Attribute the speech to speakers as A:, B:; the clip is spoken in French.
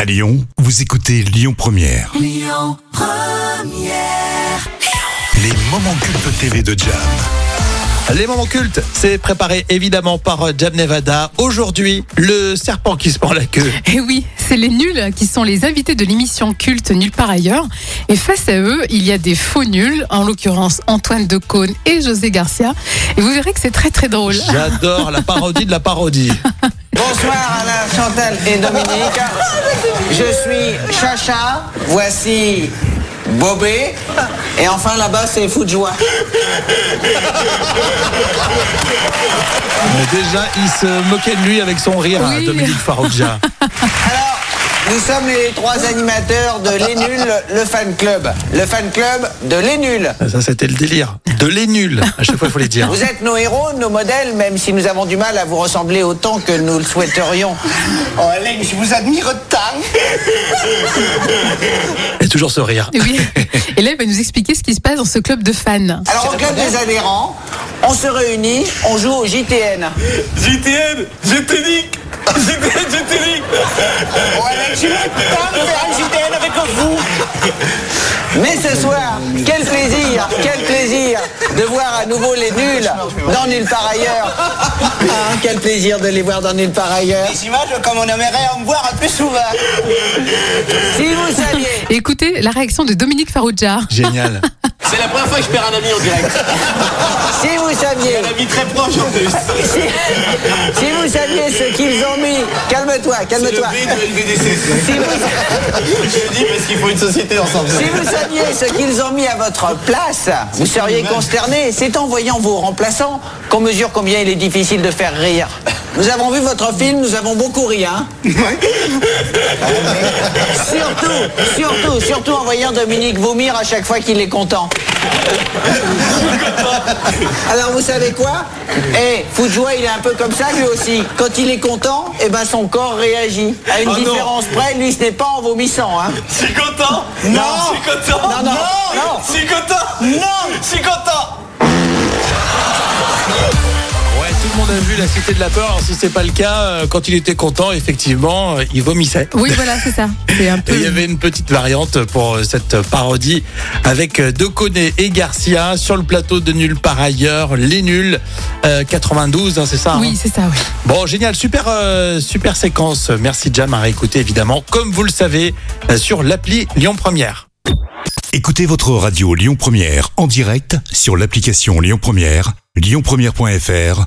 A: À Lyon, vous écoutez Lyon Première. Les moments cultes TV de Jam.
B: Les moments cultes, c'est préparé évidemment par Jam Nevada. Aujourd'hui, le serpent qui se prend la queue.
C: Et Eh oui, c'est les nuls qui sont les invités de l'émission culte Nulle part ailleurs. Et face à eux, il y a des faux nuls, en l'occurrence Antoine Decaune et José Garcia. Et vous verrez que c'est très très drôle.
B: J'adore la parodie de la parodie.
D: Bonsoir Alain, Chantal et Dominique. Je suis Chacha, voici Bobé. Et enfin là-bas c'est Fujua.
B: Euh, Déjà, il se moquait de lui avec son rire, hein,
C: Oui.
B: Dominique Faroggia.
D: Alors, nous sommes les trois animateurs de Les Nuls, le fan club. Le fan club de Les Nuls.
B: Ça, c'était le délire. De les nuls. À chaque fois, il faut les dire.
D: Vous êtes nos héros, nos modèles, même si nous avons du mal à vous ressembler autant que nous le souhaiterions. Oh Alain, je vous admire tant.
B: Et toujours ce rire.
C: Et, oui. et là, il va nous expliquer ce qui se passe dans ce club de fans.
D: Alors au club des adhérents, on se réunit, on joue au JTN.
E: JTN, je te nique JTN, je te nique
D: Oh, Alex, je vais pas me faire un JDL avec vous. Mais ce soir, quel plaisir, quel plaisir de voir à nouveau les nuls dans Nulle part ailleurs. Ah, quel plaisir de les voir dans Nulle part ailleurs. Les images comme on aimerait en voir un peu souvent. Si vous saviez.
C: Et écoutez la réaction de Dominique Farrugia.
B: Génial.
E: C'est la première fois que je perds un ami en direct.
D: Si vous saviez.
E: Un ami très proche en plus.
D: Si, si vous saviez ce qu'ils ont mis. Calme-toi,
E: Le
D: calme-toi.
E: B de LVDC.
D: Si vous,
E: Je le dis parce qu'il faut une société ensemble.
D: Si vous saviez ce qu'ils ont mis à votre place, vous seriez consterné. C'est en voyant vos remplaçants qu'on mesure combien il est difficile de faire rire. Nous avons vu votre film, nous avons beaucoup ri, hein Surtout, surtout, surtout en voyant Dominique vomir à chaque fois qu'il est content. Alors vous savez quoi Eh, Foujoie, il est un peu comme ça lui aussi. Quand il est content, eh ben son corps réagit. À une
E: Oh non.
D: différence près, lui ce n'est pas en vomissant, hein
E: Je suis content
D: Non.
E: Je suis content
D: Non, non, non.
E: Je suis content
D: Non.
E: Je suis content
B: Ouais, tout le monde a vu la cité de la peur. Alors, si c'est pas le cas, euh, quand il était content, effectivement, euh, il vomissait.
C: Oui, voilà, c'est ça. C'est un
B: Et
C: peu.
B: il y avait une petite variante pour euh, cette parodie avec euh, Deconé et Garcia sur le plateau de Nulle Par ailleurs, Les Nuls, euh, 92, hein, c'est ça hein
C: Oui, c'est ça, oui.
B: Bon, génial, super, euh, super séquence. Merci Jam à réécouter évidemment, comme vous le savez, euh, sur l'appli Lyon Première.
A: Écoutez votre radio Lyon Première en direct sur l'application Lyon Première, lyonpremière.fr